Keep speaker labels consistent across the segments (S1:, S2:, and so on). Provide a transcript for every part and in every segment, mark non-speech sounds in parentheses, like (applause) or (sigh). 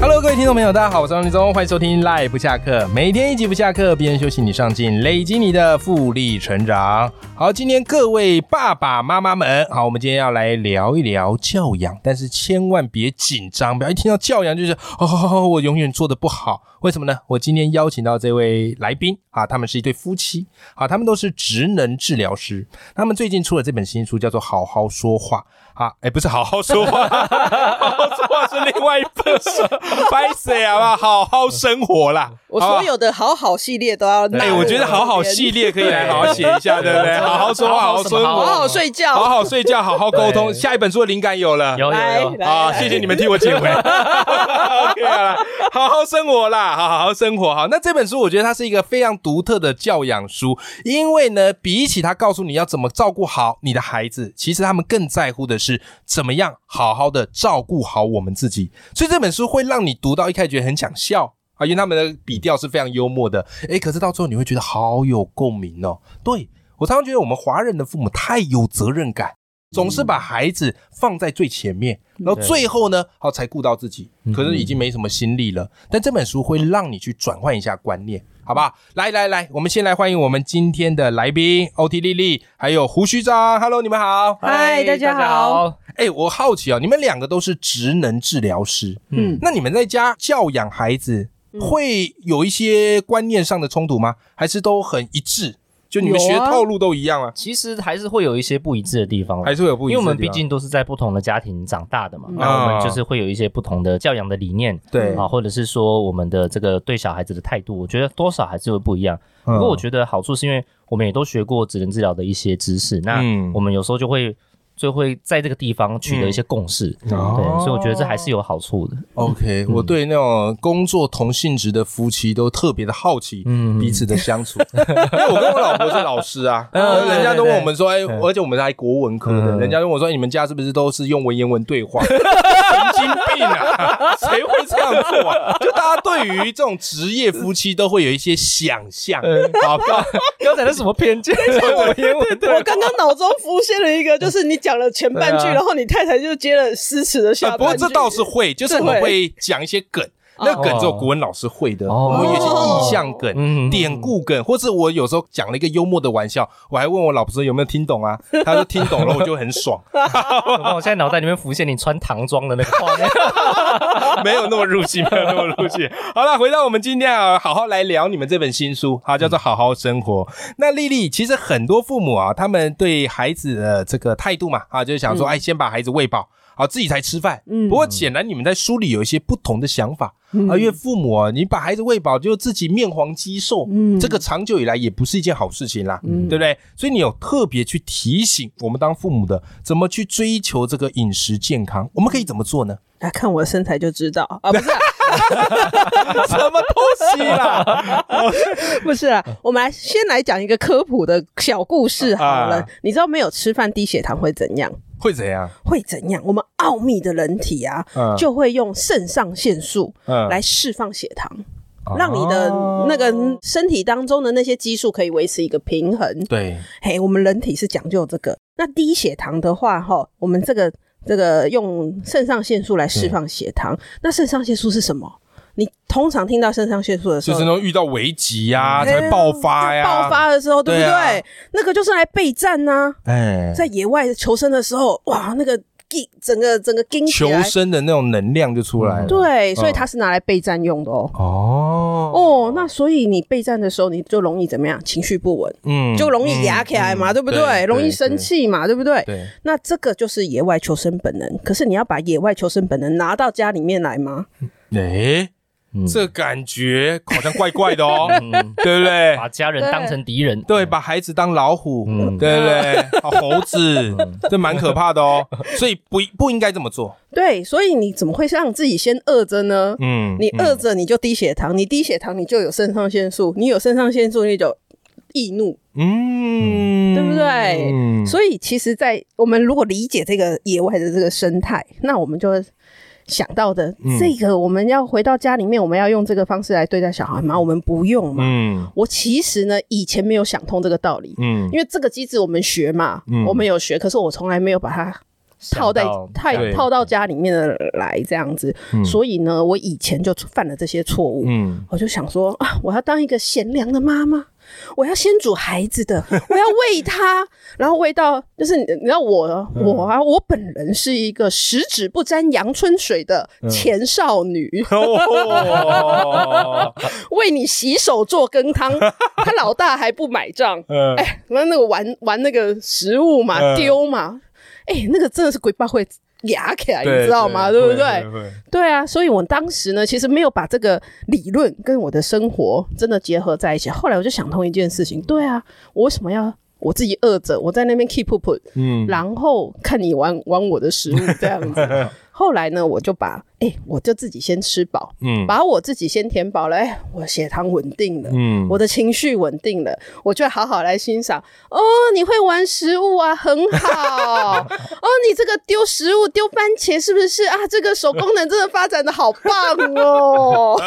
S1: Hello，各位听众朋友，大家好，我是王立中，欢迎收听 Live 不下课，每天一集不下课，别人休息你上进，累积你的复利成长。好，今天各位爸爸妈妈们，好，我们今天要来聊一聊教养，但是千万别紧张，不要一听到教养就是哦，我永远做的不好，为什么呢？我今天邀请到这位来宾啊，他们是一对夫妻，啊，他们都是职能治疗师，他们最近出了这本新书，叫做《好好说话》。啊，哎，不是好好说话，好好说话是另外一本书，拍谁啊？好不好好好生活啦。
S2: 我
S1: 好不好
S2: 所有的好好系列都要纳
S1: 哎、
S2: 入
S1: 我觉得好好
S2: 里面
S1: 系列可以来好好写一下，对不
S2: (laughs)
S1: 对？好好说话，好好生
S2: 好
S1: 活，
S2: 好睡觉，
S1: 好好睡觉，好好沟通。
S3: 对
S1: 下一本书的灵感有了，
S3: 有
S2: 来
S3: 有有，
S2: 来
S1: 啊，
S2: 来
S1: 谢谢你们替我解
S2: (laughs)
S1: 围。OK 好啦，好好生活啦，好好好生活。好，那这本书我觉得它是一个非常独特的教养书，因为呢，比起它告诉你要怎么照顾好你的孩子，其实他们更在乎的是怎么样好好的照顾好我们自己。所以这本书会让你读到一开始觉得很想笑。啊，因为他们的笔调是非常幽默的，诶，可是到最后你会觉得好有共鸣哦。对我常常觉得我们华人的父母太有责任感，总
S2: 嗯
S1: 是把孩子放在最前面，然后最后呢，好才顾到自己，
S2: 嗯
S1: 可是已经没什么心力了。但这本书会让你去转换一下观念，好不好？来来来，我们先来欢迎我们今天的来宾欧 t 丽丽，还有胡须章。Hello，你们好。
S2: 嗨大家好，
S1: 哎，我好奇哦，你们两个都是职能治疗师，
S2: 嗯
S1: 那你们在家教养孩子会有一些观念上的冲突吗？还是都很一致？就你们
S2: 有啊
S1: 学套路都一样啊？
S3: 其实还是会有一些不一致的地方啦，
S1: 还是会有不一致
S3: 因为
S1: 的啊
S3: 我
S1: 地方？
S3: 们毕竟都是在不同的家庭长大的嘛，
S2: 嗯
S3: 那我们就是会有一些不同的教养的理念，
S1: 对
S3: 啊，或者是说我们的这个对小孩子的态度，我觉得多少还是会不一样。
S1: 嗯，
S3: 不过我觉得好处是因为我们也都学过职能治疗的一些知识，那
S1: 嗯
S3: 啊我们有时候就会就会在这个地方取得一些共识，对，
S1: 哦
S3: 所以我觉得这还是有好处
S1: (laughs)
S3: 的。
S1: OK，、我对那种工作同性质的夫妻都特别的好奇，
S3: 嗯
S1: 彼此的相 (laughs) 处。因为我跟我老婆是老师啊，
S3: 嗯
S1: 人家都问我们说，哎、
S3: 对
S1: 而且我们是还国文科的，
S3: 嗯
S1: 人家问我说，哎你们家是不是都是用文言文对 (laughs) 话？神经病 (laughs) 啊！谁会这样做啊？就大家对于这种职业夫妻都会有一些想象，好不好？
S3: 刚才那什么偏见？我言文
S2: 嗯
S1: 啊
S2: 我刚刚脑中浮现了一个，就是你讲了前半句，
S3: 对啊
S2: 然后你太太就接了诗词的
S1: 呃
S2: 下
S1: 不过
S2: 半句。嗯
S1: 这倒是会，就是我们会讲一些梗，那梗只有国文老师会的，
S3: 哦
S1: 我们有一些意象梗、
S3: 嗯
S1: 典故梗，或是我有时候讲了一个幽默的玩笑，我还问我老婆说有没有听懂啊，她说听懂了，我就很爽，
S3: 我现在脑袋里面浮现你穿唐装的那个画面。
S1: (laughs) 没有那么入戏，没有那么入戏。 (laughs) 好了，回到我们今天啊，好好来聊你们这本新书，哈，叫做《好好生活》。那丽丽，其实很多父母啊，他们对孩子的这个态度嘛，啊，就是想说，哎，先把孩子喂饱。好，自己才吃饭。
S2: 嗯
S1: 不过显然你们在书里有一些不同的想法啊，因为父母啊，你把孩子喂饱，就自己面黄肌瘦，
S2: 嗯
S1: 这个长久以来也不是一件好事情啦，
S2: 嗯
S1: 对不对？所以你有特别去提醒我们当父母的，怎么去追求这个饮食健康，我们可以怎么做呢？
S2: 啊，看我的身材就知道啊，不是啊
S1: (laughs) 什么东西啦？
S2: (laughs) 不是啊，我们来先来讲一个科普的小故事好了
S1: 啊。
S2: 你知道没有吃饭低血糖会怎样？
S1: 会怎样？
S2: 会怎样？我们奥秘的人体啊，
S1: 嗯
S2: 就会用肾上腺素
S1: 嗯
S2: 来释放血糖，
S1: 哦
S2: 让你的那个身体当中的那些激素可以维持一个平衡。
S1: 对，
S2: 嘿，我们人体是讲究这个。那低血糖的话，哈，我们这个这个用肾上腺素来释
S1: 嗯
S2: 放血糖。那肾上腺素是什么？你通常听到肾上腺素的时
S1: 就是
S2: 候
S1: 那，种遇到危急呀，才
S2: 哎
S1: 会爆发呀，
S2: 爆，发的时候，对不
S1: 对
S2: 对？
S1: 啊
S2: 那个就是来备战呐、
S1: 哎，
S2: 在野外求生的时候，哇，那个劲，整个整个筋起
S1: 求
S2: 来，
S1: 生的那种能量就出来了。
S2: 对，所以
S1: 嗯
S2: 它是拿来备战用的哦。
S1: 哦
S2: 哦，那所以你备战的时候，你就容易怎么样？情绪不稳，
S1: 嗯
S2: 就容易压起来嘛，对不对？容易生，气嘛，对不对
S1: 嗯？对对
S2: 那这个就是野外求生本能。可是你要把野外求生本能拿到家里面来吗？
S1: 嗯对，哎，
S3: 嗯
S1: 这感觉好像怪怪的 (laughs) 哦，对不 (laughs) 对？
S3: 把家人当成敌人，
S1: 对，把孩子当老虎，
S3: 嗯
S1: 对不对？好猴子，这蛮可怕的哦，所以不不应该这么做。
S2: 对，所以你怎么会让自己先饿着呢？
S1: 嗯
S2: 你饿着你就低血糖，你低血糖你就有肾上腺素，你有肾上腺素你就易怒。
S1: 嗯，
S2: 对不对
S1: 嗯
S2: 所以其实，在我们如果理解这个野外的这个生态，那我们就会想到的、
S1: 嗯
S2: 这个，我们要回到家里面，我们要用这个方式来对待小孩吗？我们不用嘛。
S1: 嗯
S2: 我其实呢，以前没有想通这个道理，
S1: 嗯
S2: 因为这个机制我们学嘛，
S1: 嗯
S2: 我们有学，可是我从来没有把它套在套
S1: 对
S2: 套到家里面的来这样子，
S1: 嗯
S2: 所以呢，我以前就犯了这些错误。
S1: 嗯，
S2: 我就想说啊，我要当一个贤良的妈妈，我要先煮孩子的，我要喂他，然后喂到就是你你知道我
S1: 嗯
S2: 我啊，我本人是一个十指不沾阳春水的
S1: 嗯
S2: 前
S1: (laughs)
S2: 少女， (laughs)
S1: 哦，
S2: 为你洗手做羹汤，他老大还不买账，
S1: 呃
S2: 那那个玩玩那个食物嘛
S1: 嗯
S2: 丢嘛，哎、那个真的是鬼爸会压起来，你知道吗？对不对？？
S1: 会
S2: 对啊，所以我当时呢，其实没有把这个理论跟我的生活真的结合在一起。后来我就想通一件事情，对啊，我为什么要我自己饿着，我在那边 keep up，
S1: 嗯
S2: 然后看你玩玩我的食物这样子。 (laughs) 后来呢，我就把哎、我就自己先吃饱，
S1: 嗯
S2: 把我自己先填饱了，哎、我血糖稳定了。
S1: 嗯
S2: 我的情绪稳定了，我就好好来欣赏。哦，你会玩食物啊，很好。
S1: (laughs)
S2: 哦，你这个丢食物丢番茄是不是啊？这个手功能真的发展的好
S1: (laughs)
S2: 棒哦！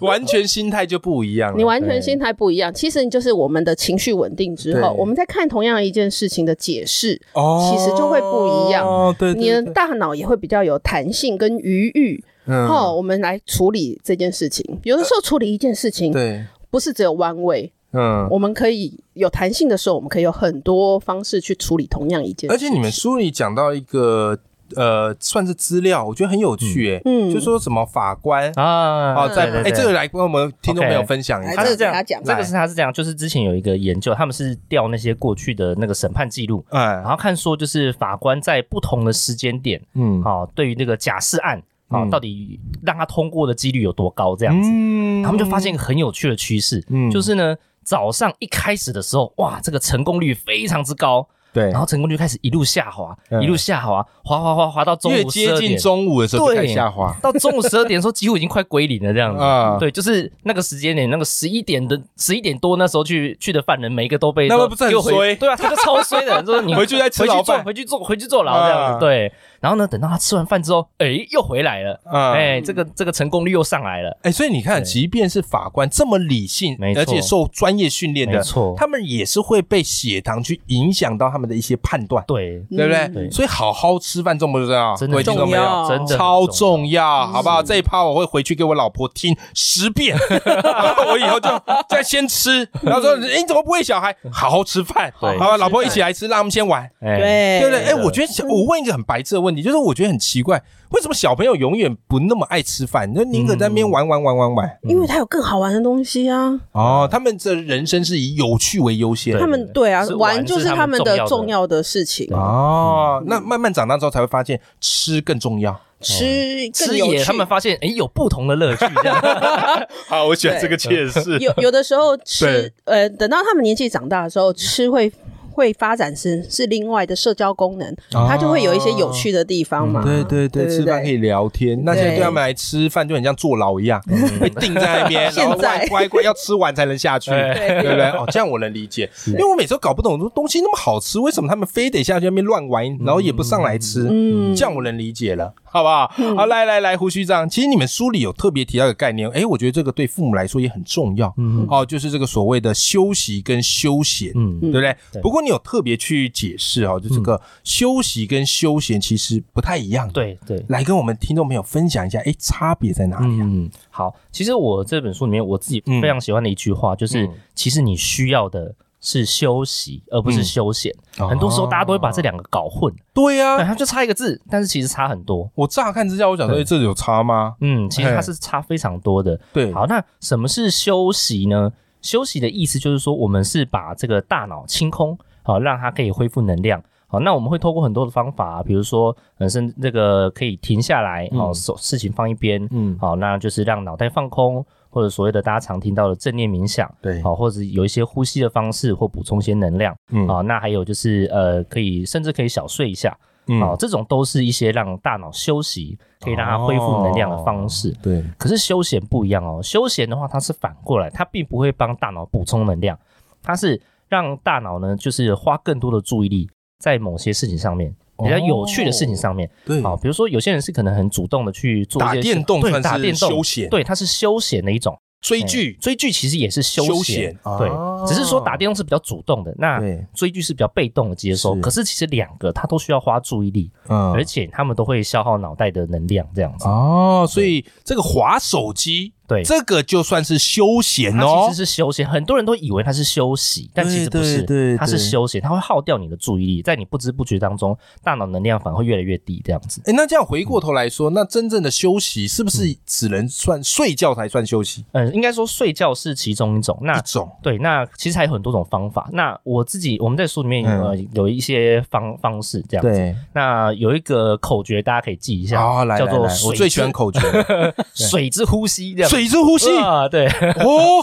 S1: 完全心态就不一样了。
S2: 你完全心态不一样。其实你就是我们的情绪稳定之后，
S1: 对
S2: 我们在看同样一件事情的解释，
S1: 哦，
S2: 其实就会不一样
S1: 哦，对，对
S2: 你的
S1: 对
S2: 大脑也会比较有弹性跟余裕。
S1: 嗯
S2: 哦，我们来处理这件事情。有的时候处理一件事情，
S1: 对，
S2: 不是只有弯位，
S1: 嗯。
S2: 我们可以有弹性的时候，我们可以有很多方式去处理同样一件事。
S1: 而且你们，书里讲到一个呃，算是资料，我觉得很有趣，哎，
S2: 嗯
S1: 就说什么法官
S3: 啊，
S1: 哦，在
S3: 对对
S1: 哎，
S3: 对
S1: 这个来跟我们听众朋友
S3: OK
S1: 分享一
S2: 来
S1: 下
S2: 这
S3: 是
S2: 个
S3: 这
S2: 给
S3: 样
S2: 他讲，
S3: 这个是他是这样，就是之前有一个研究，他们是调那些过去的那个审判记录，
S1: 哎
S3: 然，后看说就是法官在不同的时间点，
S1: 嗯，
S3: 哦，对于那个假释案，哦，
S1: 嗯
S3: 到底让他通过的几率有多高这样子，
S1: 嗯
S3: 他们就发现一个很有趣的趋势，
S1: 嗯
S3: 就是呢，早上一开始的时候，哇，这个成功率非常之高，
S1: 对
S3: 然，后成功率开始一路下滑，
S1: 嗯
S3: 一路下滑，滑滑滑滑到中
S1: 越
S3: 午十
S1: 接
S3: 二
S1: 近
S3: 点。
S1: 中午的时候就
S3: 对
S1: 开始下滑，
S3: 到中午十二点的时候，几乎已经快归零了，这样
S1: (laughs)
S3: 子。
S1: 啊
S3: 对，就是那个时间点，那个十一点的十一点多那时候去去的犯人，每一个都被
S1: 那
S3: 都
S1: 不是很
S3: 又回
S1: 衰
S3: 对啊，他就超衰的，就是你
S1: (laughs) 回去再吃
S3: 回去
S1: 牢
S3: 坐
S1: 饭
S3: 回去坐回去坐牢这样
S1: 啊
S3: 子。对，然后呢，等到他吃完饭之后，哎，又回来了，
S1: 啊
S3: 哎，这个这个成功率又上来了。
S1: 哎、所以你看，
S3: 对
S1: 即便是法官这么理性
S3: 没，错
S1: 而且受专业训练的
S3: 没错，
S1: 他们也是会被血糖去影响到他们的一些判断，
S3: 对，
S2: 嗯
S1: 对不对？
S3: 对
S1: 所以好好吃饭重不重要？
S3: 真
S1: 各
S3: 的
S1: 位听
S2: 重
S1: 众朋
S2: 要
S1: 友，
S3: 真的
S1: 超
S3: 很重嗯
S1: 重要，好不好？这一趴我会回去给我老婆听十遍， (laughs) 我以后就 (laughs) 再先吃，然
S3: (laughs)
S1: 后说诶你怎么不喂小孩？好好吃饭，好
S3: 对
S1: 吧？老婆一起来吃，让他们先玩。
S3: 要。哎，
S1: 对
S2: 对
S1: 不对？哎，
S3: 对
S1: 我觉得小我问一个很白痴的问题，就是我觉得很奇怪，为什么小朋友永远不那么爱吃饭？就宁可在那边玩玩玩玩玩。
S2: 因为它有更好玩的东西啊。
S1: 哦，他们这人生是以有趣为优先
S3: 对
S2: 他们对啊
S3: 是，玩
S2: 玩就是
S3: 是他
S2: 他们
S3: 们重要
S2: 的
S3: 的
S2: 重要的事情，
S1: 哦。那慢慢长大之后才会发现吃更重要。
S2: 吃更
S3: 吃
S2: 有趣
S3: 野，。他们发现哎，有不同的乐趣，这
S2: (laughs)
S3: 样
S1: 好，我选
S2: 这个
S1: 解释。
S2: 有有的时候吃
S1: 对，
S2: 呃，等到他们年纪长大的时候，吃会会发展是是另外的社交功能，
S1: 哦
S2: 它就会有一些有趣的地方
S3: 啊
S2: 嘛。
S1: 对对对，
S2: 对
S1: 吃饭可以聊天。那现在对他们来吃饭就很像坐牢一样，
S3: 嗯
S1: (laughs) 被定在那边，
S2: 现
S1: 然后
S2: 在
S1: 乖乖乖要吃完才能下去，
S3: 对
S1: 对不对？哦，这样我能理解，因为我每次都搞不懂，我说东西那么好吃，为什么他们非得下去那边乱玩，
S3: 嗯
S1: 然后也不上来吃？
S2: 嗯
S1: 这样我能理解了，好不好？好，来来来，胡须章，其实你们书里有特别提到一个概念，诶，我觉得这个对父母来说也很重要，哦，就是这个所谓的休息跟休闲，
S3: 嗯
S1: 对不对？
S3: 对
S1: 不过你有特别去解释哦，就这个休息跟休闲其实不太一样，，
S3: 对对。
S1: 来跟我们听众朋友分享一下，诶，差别在哪里啊？
S3: 嗯，好。其实我这本书里面，我自己非常喜欢的一句话，就是
S1: 嗯
S3: 其实你需要的是休息，而不是休闲。
S1: 哦
S3: 很多时候大家都会把这两个搞混，
S1: 对
S3: 嗯哦对，
S1: 呀，
S3: 它就差一个字，但是其实差很多。
S1: 我乍看之下我想说，
S3: 对
S1: 诶这有差吗？
S3: 嗯，其实它
S1: 嘿
S3: 是差非常多的。
S1: 对，
S3: 好，那什么是休息呢？休息的意思就是说，我们是把这个大脑清空，好、让它可以恢复能量。好，那我们会透过很多的方法，比如说，本身这个可以停下来，好、
S1: 嗯
S3: 手事情放一边，
S1: 嗯
S3: 好，那就是让脑袋放空，或者所谓的大家常听到的正念冥想，
S1: 对
S3: 好，或者有一些呼吸的方式或补充一些能量，
S1: 嗯
S3: 好，那还有就是呃，可以甚至可以小睡一下，
S1: 嗯
S3: 好，这种都是一些让大脑休息，可以让它恢复能量的方式。
S1: 对，
S3: 可是休闲不一样哦，休闲的话它是反过来，它并不会帮大脑补充能量，它是让大脑呢，就是花更多的注意力在某些事情上面，
S1: 哦
S3: 比较有趣的事情上面。
S1: 对
S3: 好，比如说有些人是可能很主动的去做一
S1: 打
S3: 些
S1: 电动
S3: 对
S1: 算
S3: 打
S1: 是
S3: 电动
S1: 休闲
S3: 对，它是休闲的一种。
S1: 追
S3: 哎
S1: 剧
S3: 追剧其实也是休
S1: 休
S3: 闲
S1: 闲，
S3: 对
S1: 哦，
S3: 只是说打电动是比较主动的，那
S1: 对
S3: 追剧是比较被动的接收。
S1: 是
S3: 可是其实两个它都需要花注意力，
S1: 嗯
S3: 而且他们都会消耗脑袋的能量，这样子。
S1: 哦，所以这个滑手机，
S3: 对
S1: 这个就算是休闲
S3: 它
S1: 哦
S3: 其实。是休闲，很多人都以为它是休息，但其实不是，
S1: 对对对
S3: 它是
S1: 对
S3: 休闲，它会耗掉你的注意力，在你不知不觉当中，大脑能量反而会越来越低，这样子。
S1: 哎，那这样回过头来说，那真正的休息是不是只能算睡觉才算休息
S3: 嗯，应该说睡觉是其中一种。那
S1: 一种？
S3: 对，那其实还有很多种方法。那我自己我们在书里面有、
S1: 嗯
S3: 呃有一些方方式这样子。
S1: 对，
S3: 那有一个口诀，大家可以记一下，
S1: 好，哦来
S3: 叫
S1: 来
S3: 做
S1: 来，我
S3: 水
S1: 最
S3: 之
S1: 喜
S3: (laughs)
S1: 欢口诀，
S3: 水之呼吸”这样。
S1: 水之呼吸。
S3: 啊，对，
S1: 哦，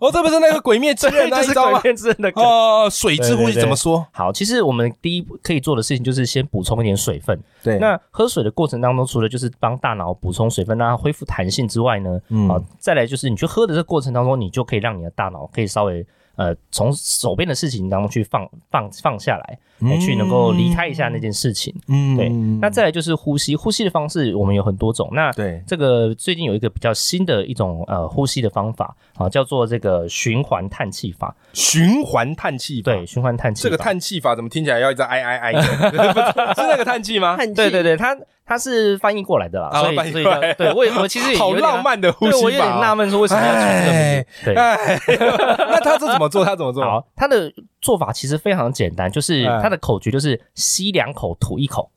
S1: 哦，这不是那个《鬼灭之
S3: (laughs)
S1: 刃》啊那
S3: 就
S1: 一
S3: 是
S1: 招
S3: 鬼
S1: 吗？
S3: 片之刃的梗。
S1: 哦，水之呼吸
S3: 对对对
S1: 怎么说？
S3: 好，其实我们第一步可以做的事情就是先补充一点水分。
S1: 对
S3: 那喝水的过程当中，除了就是帮大脑补充水分，让它恢复弹性之外呢，
S1: 嗯
S3: 啊，再来就是你去喝的这个过程当中，你就可以让你的大脑可以稍微呃从手边的事情当中去放放放下来，来去能够离开一下那件事情。
S1: 嗯
S3: 对，那再来就是呼吸，呼吸的方式我们有很多种。那
S1: 对
S3: 这个最近有一个比较新的一种呃呼吸的方法啊，叫做这个循环叹气法。
S1: 循环叹气法，
S3: 对，循环叹气法。
S1: 啊这个叹气法怎么听起来要一直哎哎哎？
S3: (laughs)
S1: 是那个叹气吗？
S2: 叹气
S3: 对对对，它它是翻译过来的啦，
S1: 啊
S3: 所以
S1: 翻译
S3: 所以
S1: 过来
S3: 对我也我其实也
S1: 好
S3: 有点啊
S1: 浪漫的呼吸法哦
S3: 对我有点纳闷说为什么要取这个名字。对，
S1: 哎， (laughs) 那他这怎么做？他怎么做？
S3: 好，它的做法其实非常简单，就是
S1: 哎
S3: 它的口诀就是吸两口吐一口，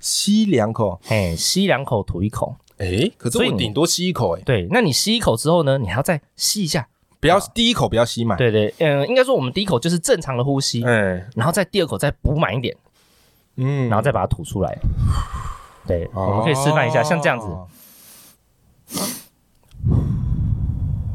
S1: 吸两口，
S3: 嘿，吸两口吐一口。
S1: 哎，可是
S3: 所以
S1: 我
S3: 你
S1: 顶多吸一口，哎，
S3: 对，那你吸一口之后呢，你还要再吸一下。
S1: 不要第一口不要吸满，
S3: 对对，嗯，应该说我们第一口就是正常的呼吸，
S1: 哎，
S3: 然后在第二口再补满一点，
S1: 嗯
S3: 然后再把它吐出来。对，
S1: 哦
S3: 我们可以示范一下，像这样子。。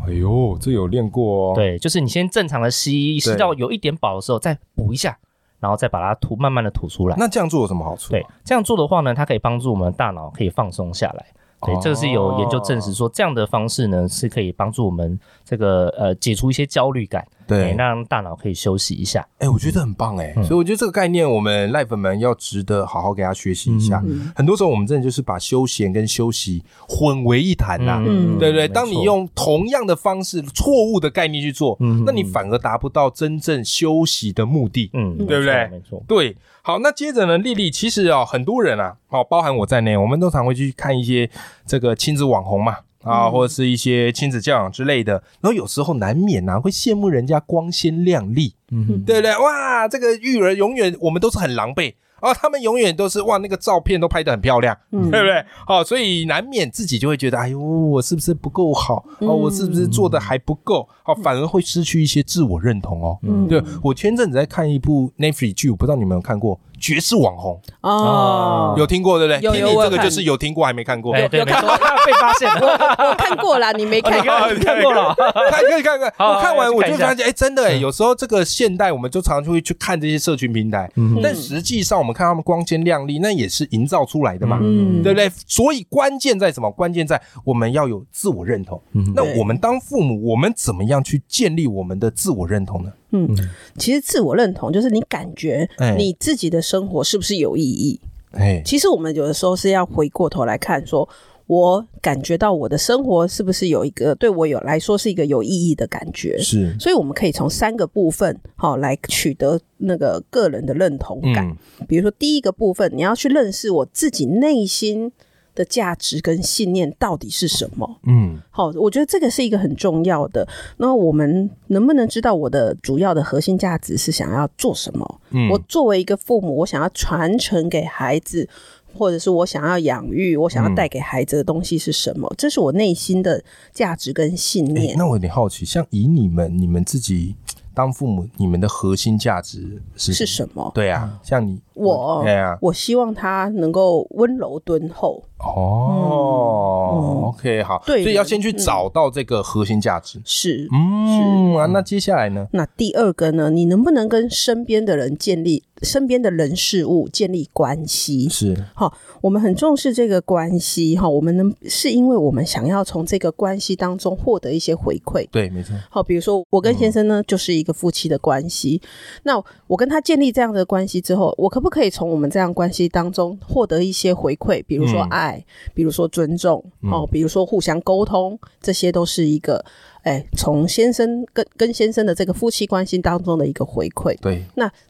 S1: 哎呦，这有练过哦。，
S3: 对，就是你先正常的吸，吸
S1: 对
S3: 到有一点饱的时候再补一下，然后再把它吐，慢慢的吐出来。
S1: 那这样做有什么好处？
S3: 对，，这样做的话呢，它可以帮助我们大脑可以放松下来。对，这个是有研究证
S1: 哦
S3: 实说，这样的方式呢是可以帮助我们这个呃解除一些焦虑感，
S1: 对
S3: 哎嗯让大脑可以休息一下。
S1: 哎，我觉得很棒哎，所以我觉得这个概念，我们赖粉们要值得好好给他学习一下。
S3: 嗯
S1: 很多时候，我们真的就是把休闲跟休息混为一谈呐。
S2: 嗯
S1: 对不对，
S3: 没
S1: 当你
S3: 错
S1: 用同样的方式、错误的概念去做，
S3: 嗯
S1: 那你反而达不到真正休息的目的。
S3: 嗯，
S1: 对不对
S3: 没错，
S1: 对，好，那接着呢，丽丽，其实哦，很多人啊，哦，包含我在内，我们都常会去看一些这个亲子网红嘛，啊，或者是一些亲子教养之类的，然后有时候难免啊，会羡慕人家光鲜亮丽，
S3: 嗯
S1: 对不对？哇，这个育儿永远我们都是很狼狈。啊，他们永远都是哇，那个照片都拍得很漂亮，
S2: 嗯
S1: 对不对？哦，所以难免自己就会觉得，哎呦，我是不是不够好？哦，我是不是做的还不够？哦，反而会失去一些自我认同哦。
S2: 嗯
S1: 对我前阵子在看一部 Netflix 剧，我不知道你们有没有看过《绝世网红
S2: 哦
S3: 哦，》，
S1: 有听过对不对？
S2: 有
S1: 听
S2: 有
S1: 你
S2: 我
S1: 这
S2: 有
S1: 个
S2: 看
S1: 就是有听过，还没看过。
S3: 哎，对，没错， (laughs) 被发现了，
S2: 我看过啦，你没看
S1: 哦
S3: 你
S2: 过。
S3: 看你看过了，
S1: (laughs) 看，可以看看。
S3: 好
S1: 我看完
S3: 好
S1: 我
S3: 去
S1: 就
S3: 看一下
S1: 发现，哎，真的哎，有时候这个现代，我们就常常会去看这些社群平台，
S3: 嗯
S1: 但实际上我们看他们光鲜亮丽，那也是营造出来的嘛。
S2: 嗯
S1: 对不对？所以关键在什么？关键在我们要有自我认同。
S3: 嗯
S1: 那
S2: 对
S1: 我们当父母，我们怎么样去建立我们的自我认同呢？
S2: 嗯，其实自我认同就是你感觉
S1: 哎
S2: 你自己的生活是不是有意义？
S1: 哎，
S2: 其实我们有的时候是要回过头来看说。我感觉到我的生活是不是有一个对我有来说是一个有意义的感觉，
S1: 是，
S2: 所以我们可以从三个部分好、来取得那个个人的认同感。
S1: 嗯，
S2: 比如说第一个部分，你要去认识我自己内心的价值跟信念到底是什么。
S1: 嗯，
S2: 好，我觉得这个是一个很重要的。那我们能不能知道我的主要的核心价值是想要做什么？
S1: 嗯
S2: 我作为一个父母，我想要传承给孩子，或者是我想要养育，我
S1: 嗯
S2: 想要带给孩子的东西是什么？这是我内心的价值跟信
S1: 哎，
S2: 念。
S1: 那我有点好奇，像以你们，你们自己当父母，你们的核心价值是
S2: 是
S1: 什么？
S2: 什么？
S1: 对啊，像你，
S2: 我
S1: 对啊，
S2: 我希望他能够温柔敦厚，嗯
S1: 哦，OK，好，
S2: 对嗯
S1: 所以要先去找到这个核心价值。
S2: 是
S1: 嗯啊，那接下来呢？
S2: 那第二个呢？你能不能跟身边的人建立身边的人事物建立关系。
S1: 是
S2: 我们很重视这个关系哈，我们能是因为我们想要从这个关系当中获得一些回馈。
S1: 对，没错，
S2: 好，比如说我跟先生呢，就是一个夫妻的关系。那我跟他建立这样的关系之后，我可不可以从我们这样关系当中获得一些回馈？比如说
S1: 嗯
S2: 爱，比如说尊重，哦，比如说互相沟通，这些都是一个，哎，从先生跟跟先生的这个夫妻关系当中的一个回馈。
S1: 对，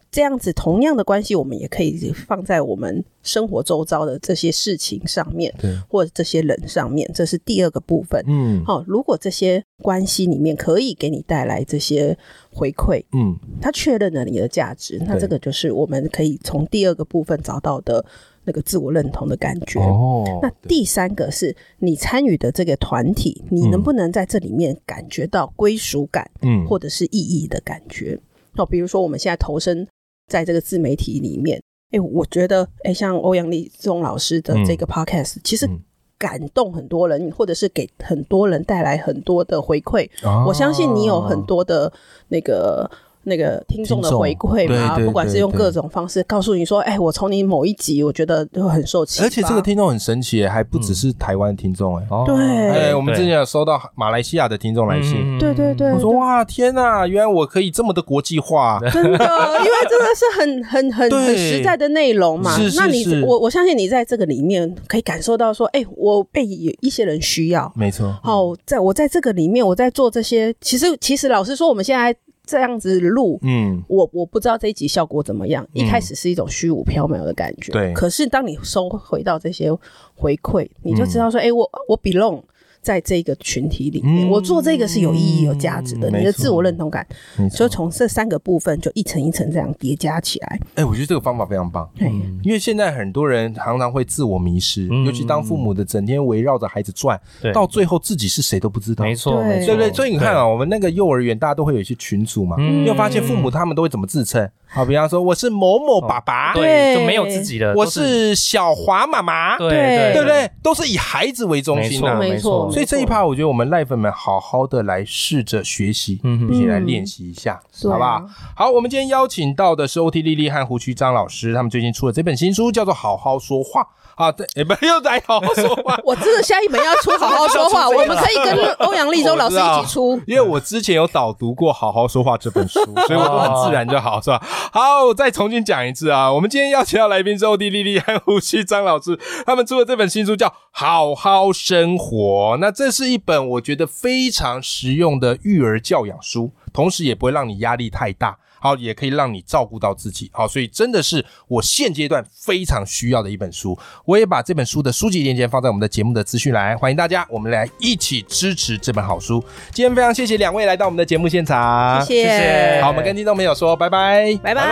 S2: 这样子同样的关系，我们也可以放在我们生活周遭的这些事情上面，
S1: 对，
S2: 或者这些人上面，这是第二个部分。
S1: 嗯
S2: 好、如果这些关系里面可以给你带来这些回馈，
S1: 嗯，
S2: 它确认了你的价值，那
S1: 对
S2: 这个就是我们可以从第二个部分找到的那个自我认同的感觉。
S1: 哦
S2: 那第三个是你参与的这个团体，你能不能在这里面感觉到归属感？
S1: 嗯
S2: 或者是意义的感觉。哦，比如说我们现在投身在这个自媒体里面，哎，我觉得，哎，像欧阳立中老师的这个 podcast，、其实
S1: 嗯
S2: 感动很多人，或者是给很多人带来很多的回馈。
S1: 啊
S2: 我相信你有很多的那个。那个听众的
S1: 听众
S2: 回馈嘛，
S1: 对对
S2: 不管是
S1: 对
S2: 用
S1: 对
S2: 各种方式告诉你说，哎，我从你某一集，我觉得就很受启发。嗯
S1: 而且这个听众很神奇耶，还不只是台湾听众哎，
S3: 哦
S2: 对
S1: 哎，我们之前有收到马来西亚的听众
S3: 嗯
S1: 来信，
S2: 对对对
S1: 我说哇天呐，原来我可以这么的国际
S3: (laughs)
S1: 化，
S2: 真的，因为真的是很很很
S1: 对
S2: 很实在的内容嘛。
S1: 是是
S2: 那你
S1: 是
S2: 我我相信你在这个里面可以感受到说，哎、我被一些人需要。
S1: 没错，
S2: 好、在我在这个里面，我在做这些。其实其实老实说，我们现在这样子录。
S1: 嗯，
S2: 我我不知道这一集效果怎么样，
S1: 嗯
S2: 一开始是一种虚无缥缈的感觉，
S1: 对
S2: 可是当你收回到这些回馈，你就知道说，哎、我我 belong 在这个群体里面，
S1: 嗯
S2: 我做这个是有意义、有价值的，
S1: 没
S2: 你的
S1: 错
S2: 自我认同感
S1: 没错
S2: 所以从这三个部分就一层一层这样叠加起来。
S1: 哎，我觉得这个方法非常棒。
S2: 对，
S1: 因为现在很多人常常会自我迷失，
S3: 嗯
S1: 尤其当父母的整天围绕着孩子转，
S3: 对
S1: 到最后自己是谁都不知道，
S3: 没错，
S2: 对
S3: 没错
S1: 对不对？所以你看啊，，我们那个幼儿园大家都会有一些群组嘛，
S3: 嗯
S1: 你有发现父母他们都会怎么自称？好，比方说我是某某爸爸，
S3: 哦对，就没有自己的，
S1: 我
S3: 都
S1: 是
S3: 是
S1: 小华妈妈，
S3: 对
S2: 对
S1: 对不？对？都是以孩子为中心的、
S2: 啊没错没错
S1: 所以这一趴，我觉得我们赖粉们好好的来试着学习，
S3: 嗯哼
S1: 并且来练习一下，
S2: 嗯
S1: 好不好
S2: 对？。
S1: 好，我们今天邀请到的是 OT 丽丽和胡区张老师，他们最近出了这本新书，叫做《好好说话》啊，对，哎不又来好好说话
S2: (laughs) 我真的下一本要出好好说话，
S1: 要出这
S2: (laughs) 我
S1: 个
S2: 们可以跟欧阳立
S1: 我
S2: 中
S1: 知道
S2: 老师一起出。
S1: 因为我之前有导读过《好好说话》这本书，所以我都很自然就好，是吧？好，我再重新讲一次啊！我们今天邀请到来宾是欧弟丽丽和胡须张老师，他们出的这本新书叫《好好生活》。那这是一本我觉得非常实用的育儿教养书，同时也不会让你压力太大。好，也可以让你照顾到自己。好，所以真的是我现阶段非常需要的一本书。我也把这本书的书籍链接放在我们的节目的资讯栏，欢迎大家我们来一起支持这本好书。今天非常谢谢两位来到我们的节目现场，
S3: 谢
S2: 谢
S3: 谢
S1: 好，我们跟听众朋友说拜拜，
S2: 拜
S3: 拜
S2: 拜。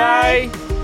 S3: 拜。